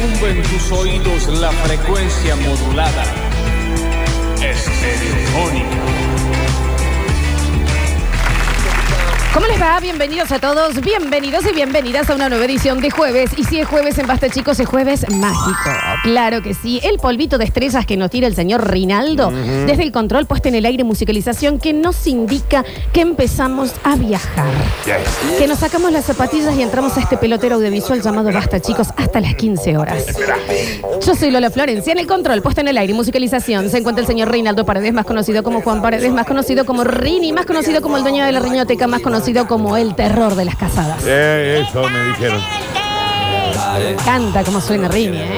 tus oídos la frecuencia modulada. Estereofónica. ¿Cómo les va? Bienvenidos a todos, bienvenidos y bienvenidas a una nueva edición de jueves. Y si es jueves en Basta Chicos, es jueves mágico. Claro que sí. El polvito de estrellas que nos tira el señor Rinaldo desde el control puesto en el aire musicalización que nos indica que empezamos a viajar. Que nos sacamos las zapatillas y entramos a este pelotero audiovisual llamado Basta Chicos hasta las 15 horas. Yo soy Lola Florencia en el control puesto en el aire musicalización. Se encuentra el señor Rinaldo Paredes, más conocido como Juan Paredes, más conocido como Rini, más conocido como el dueño de la riñoteca, más conocido como el terror de las casadas. Eh, eso me dijeron. Me encanta cómo suena Rini, ¿eh?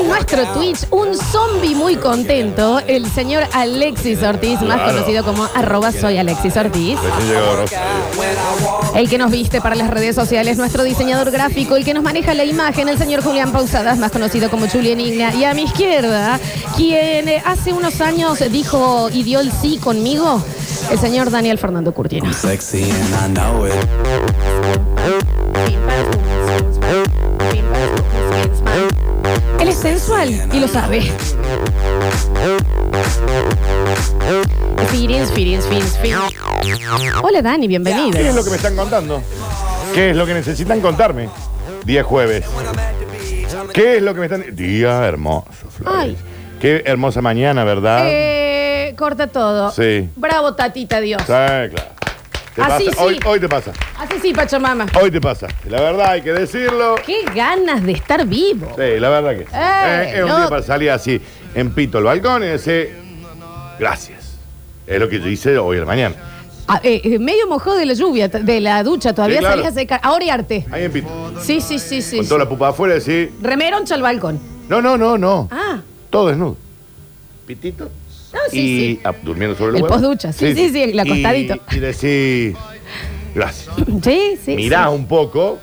En nuestro Twitch, un zombie muy contento, el señor Alexis Ortiz, más Claro. conocido como arroba soy Alexis Ortiz, Recién llegó, ¿no? el que nos viste para las redes sociales, nuestro diseñador gráfico, el que nos maneja la imagen, el señor Julián Pausadas, más conocido como Julián Igna, y a mi izquierda, quien eh, hace unos años dijo y dio el sí conmigo, el señor Daniel Fernando Curtino. Sexy and I know it. Él es sensual y lo sabe. Firins, firins, firins, firins. Hola Dani, bienvenido. ¿Qué es lo que me están contando? ¿Qué es lo que necesitan contarme? Día jueves. ¿Qué es lo que me están.? Día hermoso, Flores. Ay. Qué hermosa mañana, ¿verdad? Eh, corta todo. Ah. Sí. Bravo, tatita Dios. Sí, claro. Te Así pasa- Ah, sí. Hoy, hoy te pasa. Así sí, Pachamama. Hoy te pasa. La verdad, hay que decirlo. Qué ganas de estar vivo. Sí, la verdad que. sí. Eh, Eh, es un no. día para salir así, en pito al balcón y decir. Gracias. Es lo que yo hice hoy en la mañana. Ah, eh, eh, medio mojado de la lluvia, t- de la ducha, todavía Sí, claro. salías de ca- a orearte. Ahí en pito. Sí, sí, sí, sí. Con sí. toda la pupa afuera y decir. Remeroncho al balcón. No, no, no, no. Ah. Todo desnudo. Pitito. No, sí, y sí. ah, durmiendo sobre los El huevos. postducha. Sí, sí, sí, el acostadito. Y, y decís, gracias. Sí, sí. Mirá sí. un poco,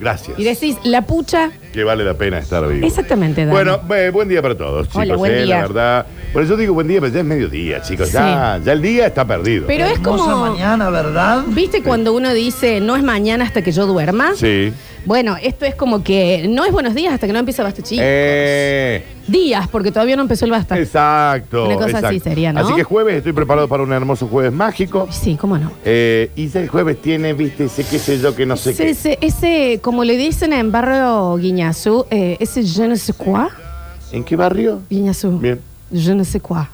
gracias. Y decís, la pucha. que vale la pena estar vivo. Exactamente, Dani. Bueno, eh, buen día para todos, chicos. Hola, buen eh, día. La verdad. Por eso digo buen día, pero ya es mediodía, chicos. Sí. Ya, ya el día está perdido. Pero es como. Hermosa mañana, ¿verdad? ¿Viste cuando uno dice no es mañana hasta que yo duerma? Sí. Bueno, esto es como que no es buenos días hasta que no empieza Basta Chico. Eh, Días, porque todavía no empezó el Basta. exacto. Una cosa así exacto. sería, ¿no? Así que jueves estoy preparado para un hermoso jueves mágico. Sí, cómo no. Eh, y ya el jueves tiene, viste, ese qué sé yo, que no sé Ese, qué. ese, ese, como le dicen en barrio Guiñazú, eh, ese je ne sais quoi, ¿En qué barrio? Guiñazú. Bien. Je ne sais quoi.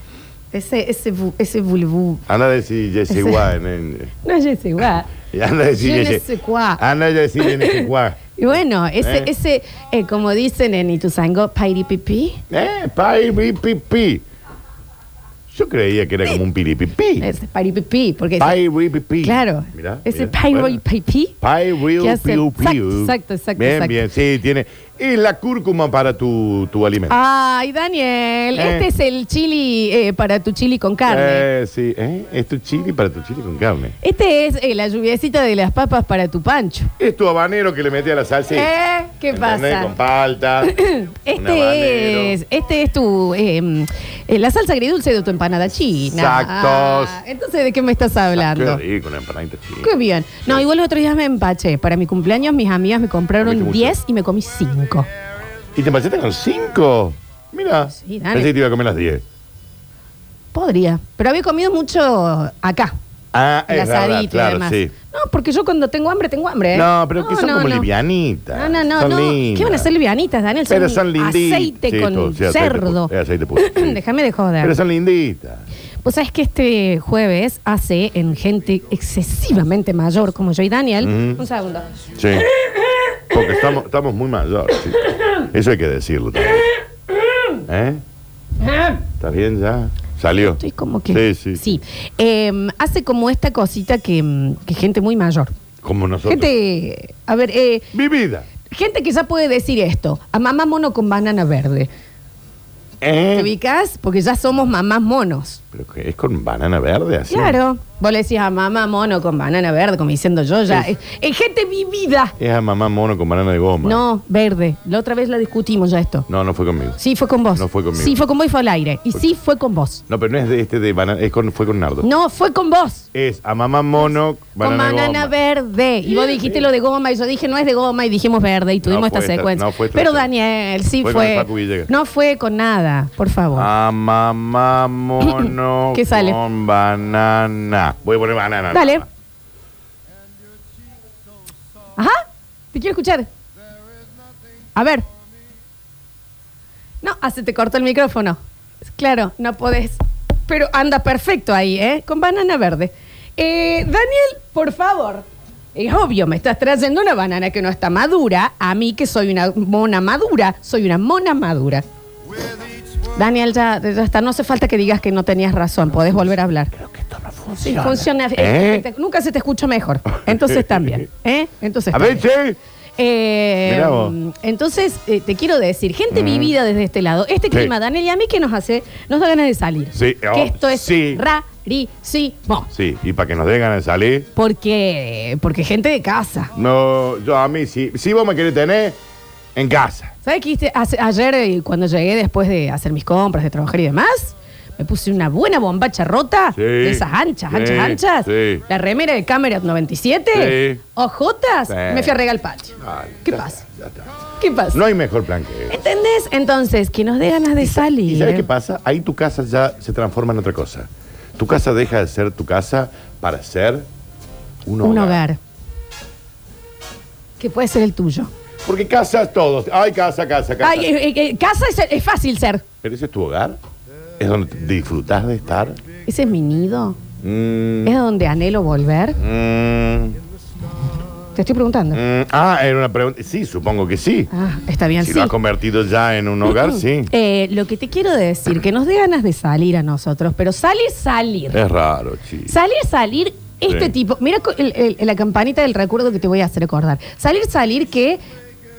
Ese, ese, bu- ese bulbú. Anda a decir Jesse Ese- Guay. en- No es ese, guá. en- Anda a decir Je ne Jesse- sais quoi. Anda a decir Jesse Guay. Y bueno, ese, Eh. ese, eh, como dicen en Ituzaingó, pairipipi. Eh, pai, pi, pi, pi. Yo creía que era como un piripipi. Ese pairipipi, porque... Pai, pi, pi, pi. Claro. Mirá, Ese mirá. Bueno. pairipipi. Pai, piu, ¿Qué hace? piu, Exacto, piu. exacto, exacto, Bien, exacto. bien, sí, tiene. Y la cúrcuma para tu, tu alimento. Ah, Ay, Daniel, Eh. este es el chili eh, para tu chili con carne. Eh, sí, eh, es tu chili para tu chili con carne. Este es eh, la lluviecita de las papas para tu pancho. Es tu habanero que le metí a la salsa. y- Eh, ¿Qué ¿entendés? pasa? Con palta. un habanero. Este es, este es tu, eh, eh, la salsa agridulce de tu empanada china. Exactos. Ah, entonces, ¿de qué me estás hablando? Ah, Qué rico, una empanadita china. Qué bien. No, igual los otros días me empaché. Para mi cumpleaños, mis amigas me Comiste compraron mucho. 10 y me comí 5. ¿Y te pasaste con cinco? Mira, Sí, dale. pensé que te iba a comer las diez. Podría. Pero había comido mucho acá. Ah, El es verdad, asadito y claro, demás. sí. No, porque yo cuando tengo hambre, tengo hambre. ¿eh? No, pero que son no. como livianitas. No, no, no, Son no. lindas. ¿Qué van a ser livianitas, Daniel? Pero son linditas. Aceite Sí, con todo, sí, aceite cerdo. puro, es aceite puro, sí. Déjame de joder. Pero son linditas. Vos sabés que este jueves hace en gente excesivamente mayor como yo y Daniel. Ujú. Un segundo. Sí. Porque estamos, estamos muy mayores. sí. Eso hay que decirlo también. ¿Eh? ¿Está bien ya? ¿Salió? Estoy como que. Sí, sí. Em, hace como esta cosita que, mm, que gente muy mayor. Como nosotros. Gente. A ver, eh, Mi vida. gente que ya puede decir esto. A mamá mono con banana verde. ¿Te ¿Eh? ubicas? Porque ya somos mamás monos. Pero que es con banana verde así. Claro. Vos le decís a mamá mono con banana verde, como diciendo yo ya. Es- Es, es gente vivida. Es a mamá mono con banana de goma. No, verde. La otra vez la discutimos ya esto. No, no fue conmigo. Sí, fue con vos. No fue conmigo. Sí, fue con vos y fue al aire. Y sí, fue con vos. No, pero no es de este de banana, es con, fue con Nardo. No, fue con vos. Es a mamá mono, banana, con de banana goma. verde. Y vos dijiste lo de goma y yo dije no es de goma y dijimos verde y tuvimos No esta fue esta- secuencia. no fue esta Pero secuencia. Daniel, sí Fue fue. con el Facu Villegas. Ah, no fue con nada, por favor. A mamá mono ¿Qué sale? con banana. Voy a poner banana. Dale. nomás. Ajá, te quiero escuchar. A ver. No, ah, se te cortó el micrófono. Claro, no podés. Pero anda perfecto ahí, ¿eh? Con banana verde. Eh, Daniel, por favor. Es obvio, me estás trayendo una banana que no está madura. A mí que soy una mona madura. Soy una mona madura. Daniel, ya, ya está. No hace falta que digas que no tenías razón. Podés volver a hablar. Creo que esto no Sí, funciona. funciona. ¿Eh? espectac- Nunca se te escucha mejor. Entonces también. ¿eh? Entonces A también. ver, che. Eh, Mirá vos. Mm. mm, entonces, eh, te quiero decir, gente vivida desde este lado, este Sí. clima, Daniel, y a mí que nos hace, nos da ganas de salir. Sí, que oh, esto es sí. rarísimo. Sí, y para que nos dejan de salir. Porque, porque gente de casa. No, yo a mí, si, si vos me querés tener, en casa. ¿Sabes qué hice? Hace- ayer, eh, cuando llegué después de hacer mis compras, de trabajar y demás? Me puse una buena bombacha rota, Sí. de esas anchas, Sí, anchas, anchas. sí. La remera de cámara 97, Sí. ojotas, Sí. me fui a regar al patio. Dale, ¿Qué ya pasa? está, ya está. ¿Qué pasa? No hay mejor plan que eso. ¿Entendés? Entonces, que nos dé ganas de salir. ¿Y sabes qué pasa? Ahí tu casa ya se transforma en otra cosa. Tu casa deja de ser tu casa para ser un hogar. Un hogar. Que puede ser el tuyo. Porque casas todos. Ay, casa, casa, casa. Ay, eh, eh, eh, casa es, es fácil ser. Pero ese es tu hogar. Es donde te- disfrutás de estar. Ese es mi nido. Mm, Es donde anhelo volver. mm, Te estoy preguntando. mm. Ah, era una pregunta. Sí, supongo que sí. Ah, está bien, Si sí. lo has convertido ya en un hogar, sí. Eh, lo que te quiero decir, que nos dé ganas de salir a nosotros, pero salir, salir. Es raro, chico. Salir, salir, este Sí. tipo. Mira co- el- el- la campanita del recuerdo que te voy a hacer acordar. Salir, salir, que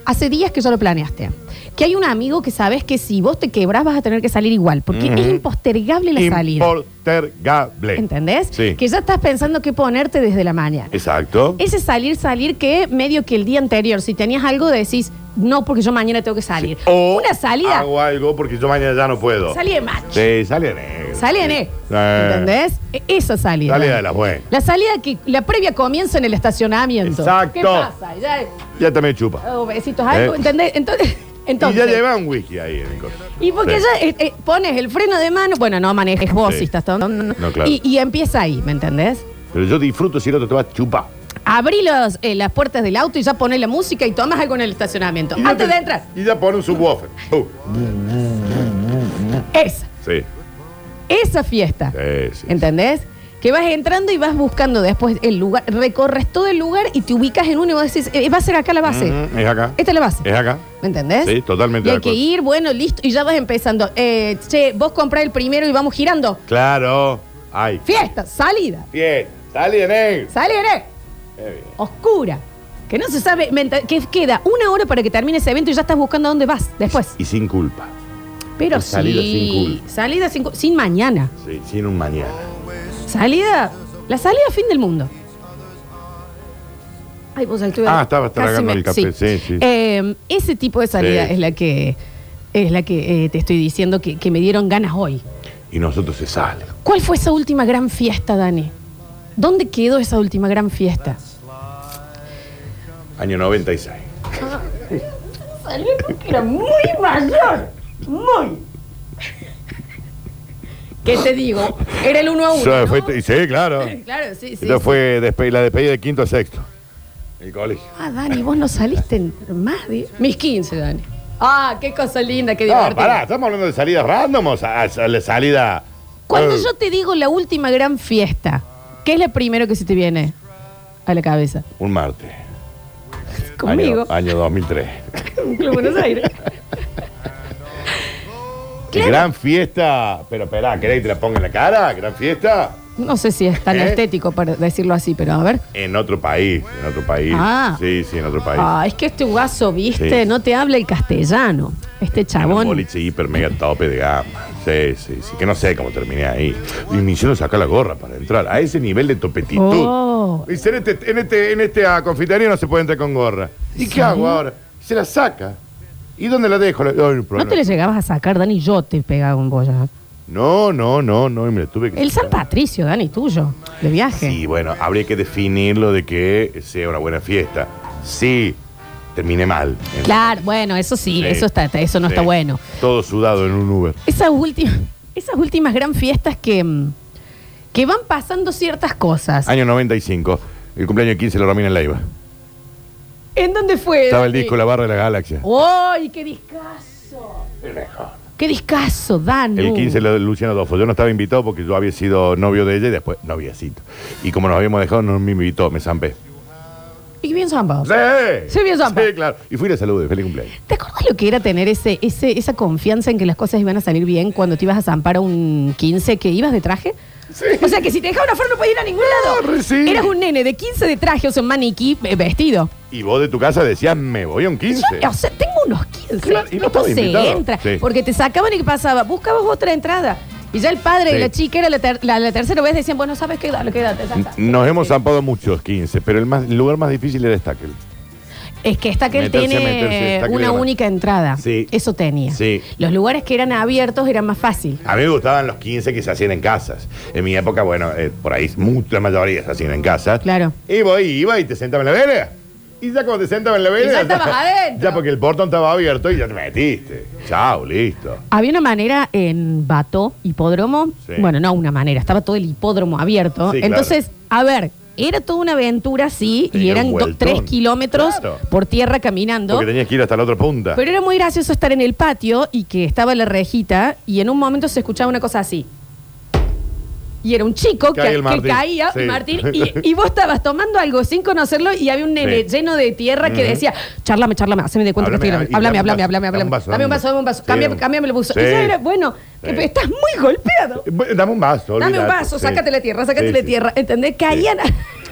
hace días que ya lo planeaste. Que hay un amigo que sabes que si vos te quebrás vas a tener que salir igual, porque Mm-hmm. es impostergable la salida. Importergable. ¿Entendés? Sí. Que ya estás pensando qué ponerte desde la mañana. Exacto. Ese salir, salir que medio que el día anterior, si tenías algo, decís, no, porque yo mañana tengo que salir. O Una salida, Hago algo porque yo mañana ya no puedo. salí de macho. Sí, sale de negro. Salí de negro. Sí. ¿Entendés? E- Esa salida. Salida de la buena. La salida que la previa comienza en el estacionamiento. Exacto. ¿Qué pasa? Ya, Ya también chupa. oh, besitos, algo, Eh. ¿entendés? Entonces. Y ya entonces lleva un whisky ahí en el coche. y porque Sí. ya eh, eh, pones el freno de mano, bueno, no manejes vos Sí. si estás tonto. no, no. No, claro. y, y empieza ahí, ¿me entendés? Pero yo disfruto si el otro te va a chupar. Abrí los, eh, las puertas del auto y ya pones la música y tomas algo en el estacionamiento. Y ya Antes te- de entrar. Y ya pone un subwoofer. Uh, Esa. sí. Esa fiesta. Sí, sí. ¿Entendés? Que vas entrando y vas buscando después el lugar. Recorres todo el lugar y te ubicas en uno y vos decís, eh, va a ser acá la base. Ujú, es acá. Esta es la base. Es acá. ¿Me entendés? Sí, Y totalmente de hay que acuerdo. ir, bueno, listo. Y ya vas empezando. Eh, che, vos comprás el primero y vamos girando. Claro. Ay. Fiesta, salida. Bien. Sale de negro. Saliré. Qué bien. Oscura. Que no se sabe, me ent- que queda una hora para que termine ese evento y ya estás buscando a dónde vas después. Y sin culpa. Pero Y salida sí, sin culpa. Salida sin, cul- sin mañana. Sí, sin un mañana. Salida. La salida fin del mundo. Ay, vos ahí estuve- Ah, estaba casi tragando el café, sí, sí. Eh, ese tipo de salida Sí. es la que es la que eh, te estoy diciendo que, que me dieron ganas hoy. Y nosotros se sale. ¿Cuál fue esa última gran fiesta, Dani? ¿Dónde quedó esa última gran fiesta? Año 96. Salió porque era muy mayor. Muy. ¿Qué te digo? Era el uno a uno. Yo Ah, ¿no? fue- y sí, claro. Claro, sí, sí. Esto fue despe- la despedida de quinto a sexto. El colegio. Ah, Dani, vos no saliste en más de... Mis 15, Dani. Ah, qué cosa linda, qué No, divertido. pará, estamos hablando de salidas random o sa- sa- la salida. Cuando Eh, yo te digo la última gran fiesta, ¿qué es la primero que se te viene a la cabeza? Un martes. Conmigo, Año, año 2003. en Club Buenos Aires. Claro. Gran fiesta. Pero espera, ¿querés que te la ponga en la cara? Gran fiesta. No sé si es tan ¿Eh? estético para decirlo así, pero a ver. En otro país, en otro país. Ah. Sí, sí, en otro país. Ah, es que este guaso, viste, Sí. no te habla el castellano. Este En un chabón. boliche hiper mega tope de gama. Sí, sí, sí. Que no sé cómo terminé ahí. Y me hicieron sacar la gorra para entrar. A ese nivel de topetitud. Oh. Dice, en este, en este, en este, ah, confitería no se puede entrar con gorra. ¿Y qué hago ahora? Se la saca. ¿Y dónde la dejo? La- Ay, un No problema. te le llegabas a sacar, Dani, yo te pegaba un boya. no, no, no, no. Y me la tuve que El San sacar. Patricio, Dani, tuyo, de viaje. Sí, bueno, habría que definirlo de que sea una buena fiesta. Sí, terminé mal. Claro, bueno, eso sí, Sí. eso está, eso no Sí. está bueno. Todo sudado en un Uber. Esas últimas, esas últimas gran fiestas que, mm, que van pasando ciertas cosas. Año 95. El cumpleaños de 15 lo Romina Leiva. ¿En dónde fue? Estaba el Dani? disco La Barra de la Galaxia. ¡Ay, qué discazo! ¡Qué discazo, Dani! El 15 lo de Luciano Dofo. Yo no estaba invitado porque yo había sido novio de ella y después noviecito. Y como nos habíamos dejado, no me invitó, me zampé. Y bien zambado. ¡Sí! Sí, bien, Zampa. Sí, claro. Y fui y le saludé. Feliz cumpleaños. ¿Te acuerdas lo que era tener ese, ese, esa confianza en que las cosas iban a salir bien cuando te ibas a zampar a un 15 que ibas de traje? Sí. Ah, O sea que si te dejaban afuera no podías ir a ningún lado. re sí. Eras un nene de 15 de traje, o sea, un maniquí eh, vestido. Y vos de tu casa decías, me voy a un 15. Yo, o sea, tengo unos 15. Claro, y no Esto estaba se invitado. entra. Sí. Porque te sacaban y ¿qué pasaba? Buscabas otra entrada. Y ya el padre y Sí. la chica era la, ter- la- la tercera vez decían, bueno, ¿sabes qué? Dale, quédate. ya está. Nos hemos zampado muchos 15, pero el, más, el lugar más difícil era Stackel. Es que esta que él Meterse, tiene meterse, está que le una va. única entrada. Sí. Eso tenía. Sí. Los lugares que eran abiertos eran más fácil. A mí me gustaban los 15 que se hacían en casas. En mi época, bueno, eh, por ahí mu- la mayoría se hacían en casas. Claro. Y voy, iba y te sentaba en la vereda. Y ya cuando te sentaba en la vereda. ya estabas adentro. Ya porque el portón estaba abierto y ya te metiste. Chao, listo. Había una manera en Bato, hipódromo. Sí. Bueno, no una manera, estaba todo el hipódromo abierto. Sí, claro. Entonces, a ver, era toda una aventura así y Tenía eran un do- vueltón. tres kilómetros Claro. por tierra caminando. Porque tenías que ir hasta la otra punta. Pero era muy gracioso estar en el patio y que estaba la rejita y en un momento se escuchaba una cosa así. Y era un chico que, Cae el que Martín. caía, Sí. Martín, y, y vos estabas tomando algo sin conocerlo y había un nene Sí. lleno de tierra que decía, charlame, charlame, haceme de cuenta que Háblame, estoy grave. y Háblame, dame un háblame, vaso, háblame, dame háblame. un vaso, Dame un vaso, dame un vaso. Sí, Cámbiame, dame un- cámbiame el buzo. Sí. Y ya era, bueno, eh, Sí. estás muy golpeado. Bueno, Dame un vaso. Dame un olvídate. vaso, Sí. sácate la tierra, sácate Sí, la sí. tierra. ¿Entendés? Caían.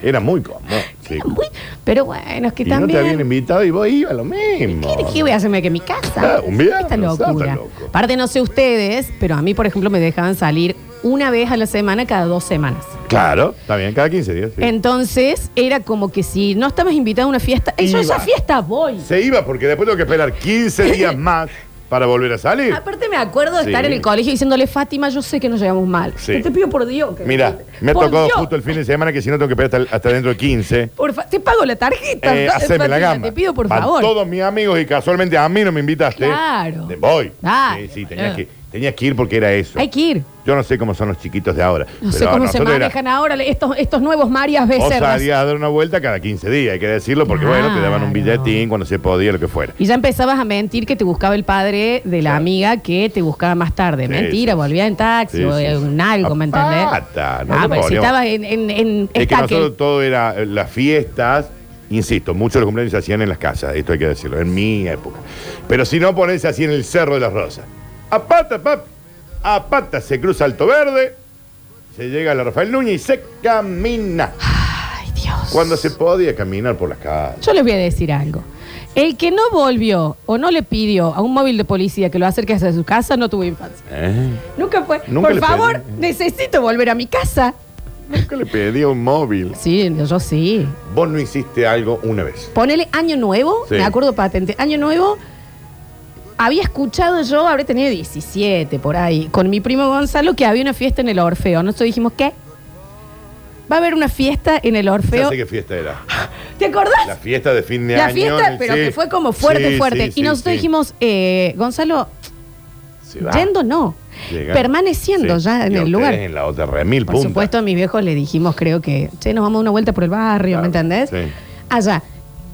Era muy cómodo. sí. Muy- Pero bueno, es que Y no te habían también. invitado y vos ibas lo mismo. ¿Qué, qué voy a hacerme que en mi casa? Ah, un viernes, Esta no, locura. está loco. Aparte, no sé ustedes, pero a mí, por ejemplo, me dejaban salir una vez a la semana cada dos semanas. Claro, está bien, cada 15 días. sí. Entonces, era como que si no estabas invitado a una fiesta, "Ey, yo a esa Iba. fiesta voy. Se iba porque después tengo que esperar 15 días más para volver a salir. Aparte me acuerdo de Sí. estar en el colegio diciéndole, Fátima, yo sé que nos llevamos mal. Sí. Te, te pido por Dios. que- Mira, me ha por tocado Dios, justo el fin de semana que si no tengo que esperar hasta, hasta dentro de 15. por fa- te pago la tarjeta. Eh, Fa- haceme la Fátima, gama. Te pido por Van favor. todos mis amigos y casualmente a mí no me invitaste. Claro. Te voy. Ah, sí, sí, claro. tenías que, tenías que ir porque era eso. Hay que ir. Yo no sé cómo son los chiquitos de ahora. No sé pero cómo se nosotros era, manejan ahora le- estos, estos nuevos Marias Vos Becerras. salías a dar una vuelta cada 15 días, hay que decirlo, porque bueno, te daban un Claro. billetín cuando se podía, lo que fuera. Y ya empezabas a mentir que te buscaba el padre de la Claro. amiga que te buscaba más tarde. Sí, Mentira, sí, sí. volvía en taxi Sí, o sí, sí. en algo, ¿me entendés? Apata, no ah, te pero si ponemos. estabas en, en, en Es que estaque. nosotros todo era eh, las fiestas, insisto, muchos de los cumpleaños se hacían en las casas, esto hay que decirlo, en mi época. Pero si no, ponerse así en el Cerro de las Rosas. A pata, pap, a pata se cruza Alto Verde, se llega a la Rafael Núñez y se camina. Ay, Dios. Cuando se podía caminar por las calles. Yo les voy a decir algo. El que no volvió o no le pidió a un móvil de policía que lo acerque hacia su casa no tuvo infancia. ¿Eh? Nunca fue. Nunca Por le favor, pedí. necesito volver a mi casa. Nunca le pedí un móvil. Sí, yo sí. Vos no hiciste algo una vez. Ponele año nuevo, Sí. me acuerdo patente, año nuevo. Había escuchado yo, habré tenido 17 por ahí, con mi primo Gonzalo, que había una fiesta en el Orfeo. Nosotros dijimos, ¿qué? Va a haber una fiesta en el Ya Orfeo. sé qué fiesta era. ¿Te acordás? La fiesta de fin de La año. fiesta, sí. pero que fue como fuerte, Sí, fuerte. sí, sí, y nosotros sí. dijimos, eh, Gonzalo, Se va. yendo no, Llega. permaneciendo Sí. ya en Y a el lugar. ustedes En la otra remil Por punta. supuesto, a mis viejos le dijimos, creo que, che, nos vamos a dar una vuelta por el barrio, ¿me Claro, entendés? sí. Allá,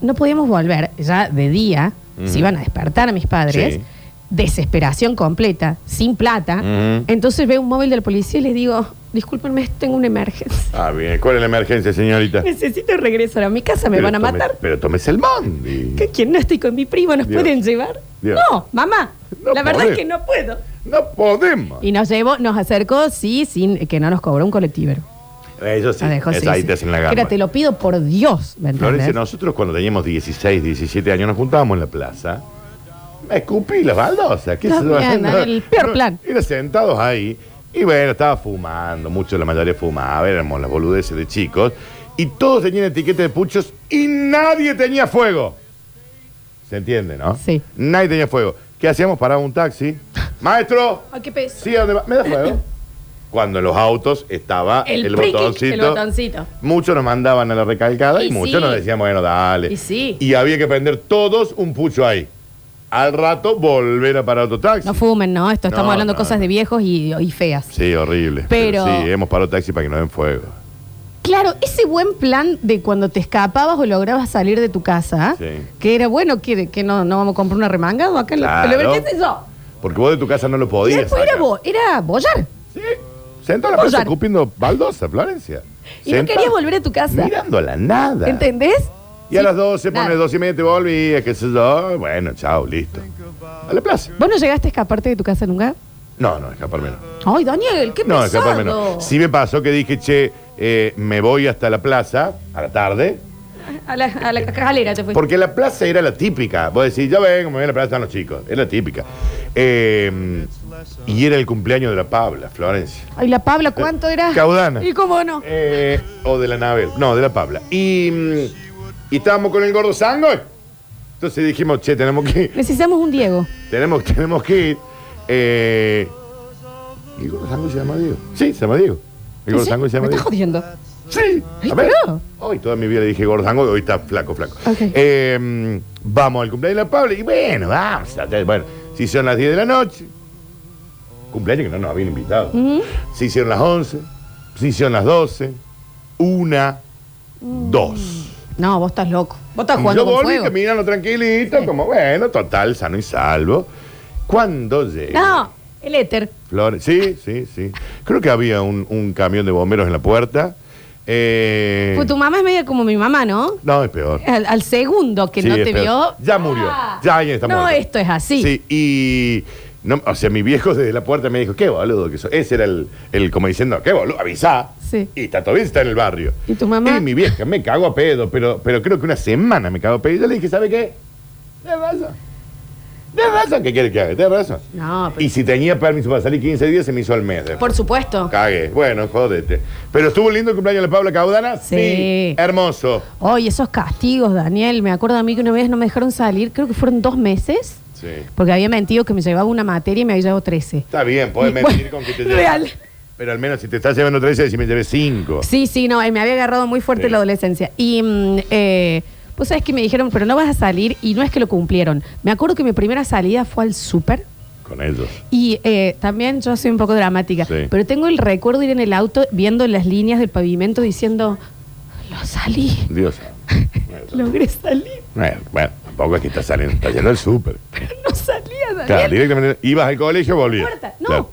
no podíamos volver, ya de día, Ujú. se iban a despertar a mis padres. Sí. desesperación completa, sin plata. Ujú. Entonces veo un móvil del policía y les digo, discúlpenme, tengo una emergencia. Ah, bien. ¿Cuál es la emergencia, señorita? Necesito regresar a mi casa, me Pero van a tome- matar. pero tomes el mandi. ¿Que ¿Quién no estoy con mi primo? ¿Nos Dios. pueden llevar? Dios. No, mamá. No la verdad podés. es que no puedo. No podemos. Y nos llevó, nos acercó, sí, sin que no nos cobró un colectivero. Eso sí. Nos Ah, dejó, es sí, ahí sí. te hacen la Mira, gana. te lo pido por Dios, ¿me Florencia, entendés? nosotros cuando teníamos 16, 17 años nos juntábamos en la plaza. Me escupí las baldosas. ¿Qué No, se lo- bien, el peor plan. Era sentados ahí. Y bueno, estaba fumando. Mucho la mayoría fumaba. Éramos las boludeces de chicos. Y todos tenían etiqueta de puchos y nadie tenía fuego. ¿Se entiende, no? Sí. Nadie tenía fuego. ¿Qué hacíamos? Parábamos un taxi. Maestro, Ay, qué peso. sí, ¿a dónde va? ¿Me da fuego? Cuando en los autos estaba el, El priqui, el botoncito. botoncito. Muchos nos mandaban a la recalcada y, Y muchos sí. nos decían, bueno, dale. Y sí. Y había que prender todos un pucho ahí. Al rato volver a parar otro taxi. No fumen, ¿no? Esto estamos No, hablando no, cosas no. de viejos y, y feas. Sí, horrible. Pero- sí, hemos parado taxi para que no den fuego. Claro, ese buen plan de cuando te escapabas o lograbas salir de tu casa, Sí. que era bueno, que, que no, no vamos a comprar una remangada acá en la- Claro. Pero, ¿qué sé yo? Porque vos de tu casa no lo Y podías. después era, sacar. bo- era bollar. Sí. Sentado en la plaza Bollar. escupiendo baldosa, Florencia. Y no querías volver a tu casa. Mirando a la nada. ¿Entendés? Y a Sí, las 12, nada. pones 12 y media, te volvías, qué sé yo. Bueno, chao, listo. A la plaza. ¿Vos no llegaste a escaparte de tu casa nunca? No, no, escaparme no. Ay, Daniel, qué No, pesado. escaparme no. Sí me pasó que dije, che, eh, me voy hasta la plaza a la tarde. A la, a la calera te fuiste. Porque la plaza era la típica. Vos decís, ya vengo, me voy a la plaza, están los chicos. Es la típica. Eh, y era el cumpleaños de la Pabla, Florencia. Ay, la Pabla, ¿cuánto era? Eh, Caudana. ¿Y cómo no? Eh, o de la nave. No, de la Pabla. Y, mm, y estábamos con el gordo Sangoy. Entonces dijimos, che, tenemos que ir. Necesitamos un Diego. Tenemos, tenemos que ir. Eh, ¿El gordo Sangoy se llama Diego? Sí, se llama Diego. El gordo ¿Sí? Sangoy se ¿Me llama estás Diego. jodiendo? Sí. Ay, A ver. pero. Hoy toda mi vida le dije gordango, hoy está flaco, flaco. Ok. Eh, mm, vamos al cumpleaños de la Pablo y bueno, vamos. a- Bueno, se hicieron las 10 de la noche. Cumpleaños que no nos habían invitado. Mm. Se hicieron las 11, se hicieron las 12, una, dos. No, vos estás loco. Vos estás Y Mm. jugando yo con volví fuego. caminando tranquilito, como bueno, total, sano y salvo. Cuando llega. No, el éter. Flores, sí, sí, sí. Creo que había un, un camión de bomberos en la puerta. Eh, Pues tu mamá es media como mi mamá, ¿no? No, es peor. Al, al segundo que Sí, no es te peor. vio. Ya murió. Ah. Ya alguien está no, muerto. esto es así. Sí, y. no, o sea, mi viejo desde la puerta me dijo, qué boludo que eso. Ese era el, el como diciendo, qué boludo, avisá. Sí. Y está todo bien, está en el barrio. ¿Y tu mamá? Y mi vieja me cago a pedo, pero, pero creo que una semana me cago a pedo. Y yo le dije, ¿sabe qué? Tienes razón. Tienes razón, ¿qué quiere que haga? Tienes razón. No, pero- Y si tenía permiso para salir 15 días, se me hizo al mes. después. Por supuesto. Cagué. Bueno, jódete. Pero estuvo lindo el cumpleaños de la Paula Caudana. Sí. Hermoso. Oye, esos castigos, Daniel. Me acuerdo a mí que una vez no me dejaron salir, creo que fueron dos meses, Sí. porque había mentido que me llevaba una materia y me había llevado 13. Está bien, podés Y, mentir bueno, con que te lleves. Real. Pero al menos si te estás llevando 13, si me llevé 5. Sí, sí, no, eh, me había agarrado muy fuerte Sí. la adolescencia. Y, mm, eh, pues sabes que me dijeron, pero no vas a salir, y no es que lo cumplieron. Me acuerdo que mi primera salida fue al súper. Con ellos. Y eh, también yo soy un poco dramática, Sí. pero tengo el recuerdo de ir en el auto viendo las líneas del pavimento diciendo, lo salí, Dios. logré salir, Bueno, bueno, tampoco es que estás saliendo, estás yendo al súper. pero no salía, Daniel. Claro, directamente ibas al colegio, volvías. Puerta. No, Claro.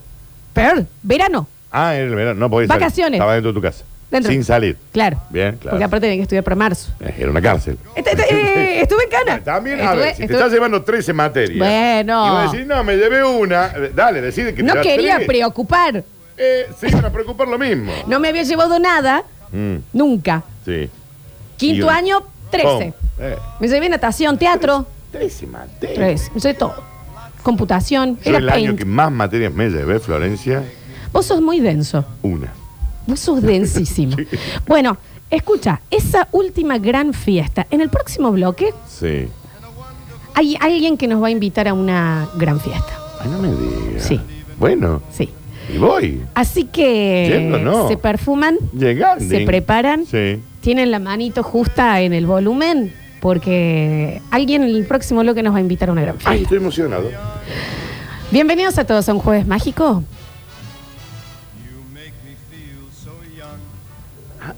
peor, verano, Ah, era el verano, no podías salir. Vacaciones. Estaba dentro de tu casa. Dentro. Sin salir. claro. Bien, claro. Porque aparte tenía que estudiar para marzo. Era una cárcel. Est- est- eh, estuve en Cana. También, a Estuve- ver, si te estuve- estás llevando 13 materias. Bueno. Y vas a decir, no, me llevé una. eh, Dale, decide que te No llevas quería tres. preocupar, Eh, se iban a preocupar lo mismo. no me había llevado nada, Mm, nunca. sí. Y Quinto una. año, 13. Pum. Eh, Me llevé natación, teatro, 13 materias. 3. Me llevé todo. Computación, Yo era el año paint. que más materias me llevé, Florencia, Vos sos muy denso. una. Vos sos densísimo. Bueno, escucha, esa última gran fiesta. En el próximo bloque Sí. hay alguien que nos va a invitar a una gran fiesta. Ay, no me digas. Sí. Bueno, Sí. y voy. Así que Yendo, ¿no? se perfuman, Llegando. se preparan, Sí. tienen la manito justa en el volumen, porque alguien en el próximo bloque nos va a invitar a una gran Ay, fiesta. estoy emocionado. Bienvenidos a todos a un jueves mágico.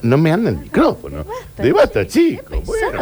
No me anda el micrófono. De basta, chico. Bueno.